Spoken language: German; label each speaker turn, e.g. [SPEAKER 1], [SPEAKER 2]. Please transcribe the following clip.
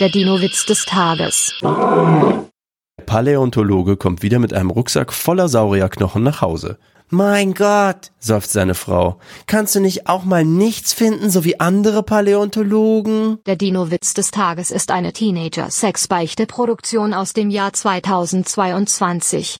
[SPEAKER 1] Der Dino-Witz des Tages.
[SPEAKER 2] Der Paläontologe kommt wieder mit einem Rucksack voller Saurierknochen nach Hause.
[SPEAKER 3] Mein Gott,
[SPEAKER 2] Seufzt seine Frau.
[SPEAKER 3] kannst du nicht auch mal nichts finden, so wie andere Paläontologen?
[SPEAKER 1] Der Dino-Witz des Tages ist eine Teenager-Sex-Beichte-Produktion aus dem Jahr 2022.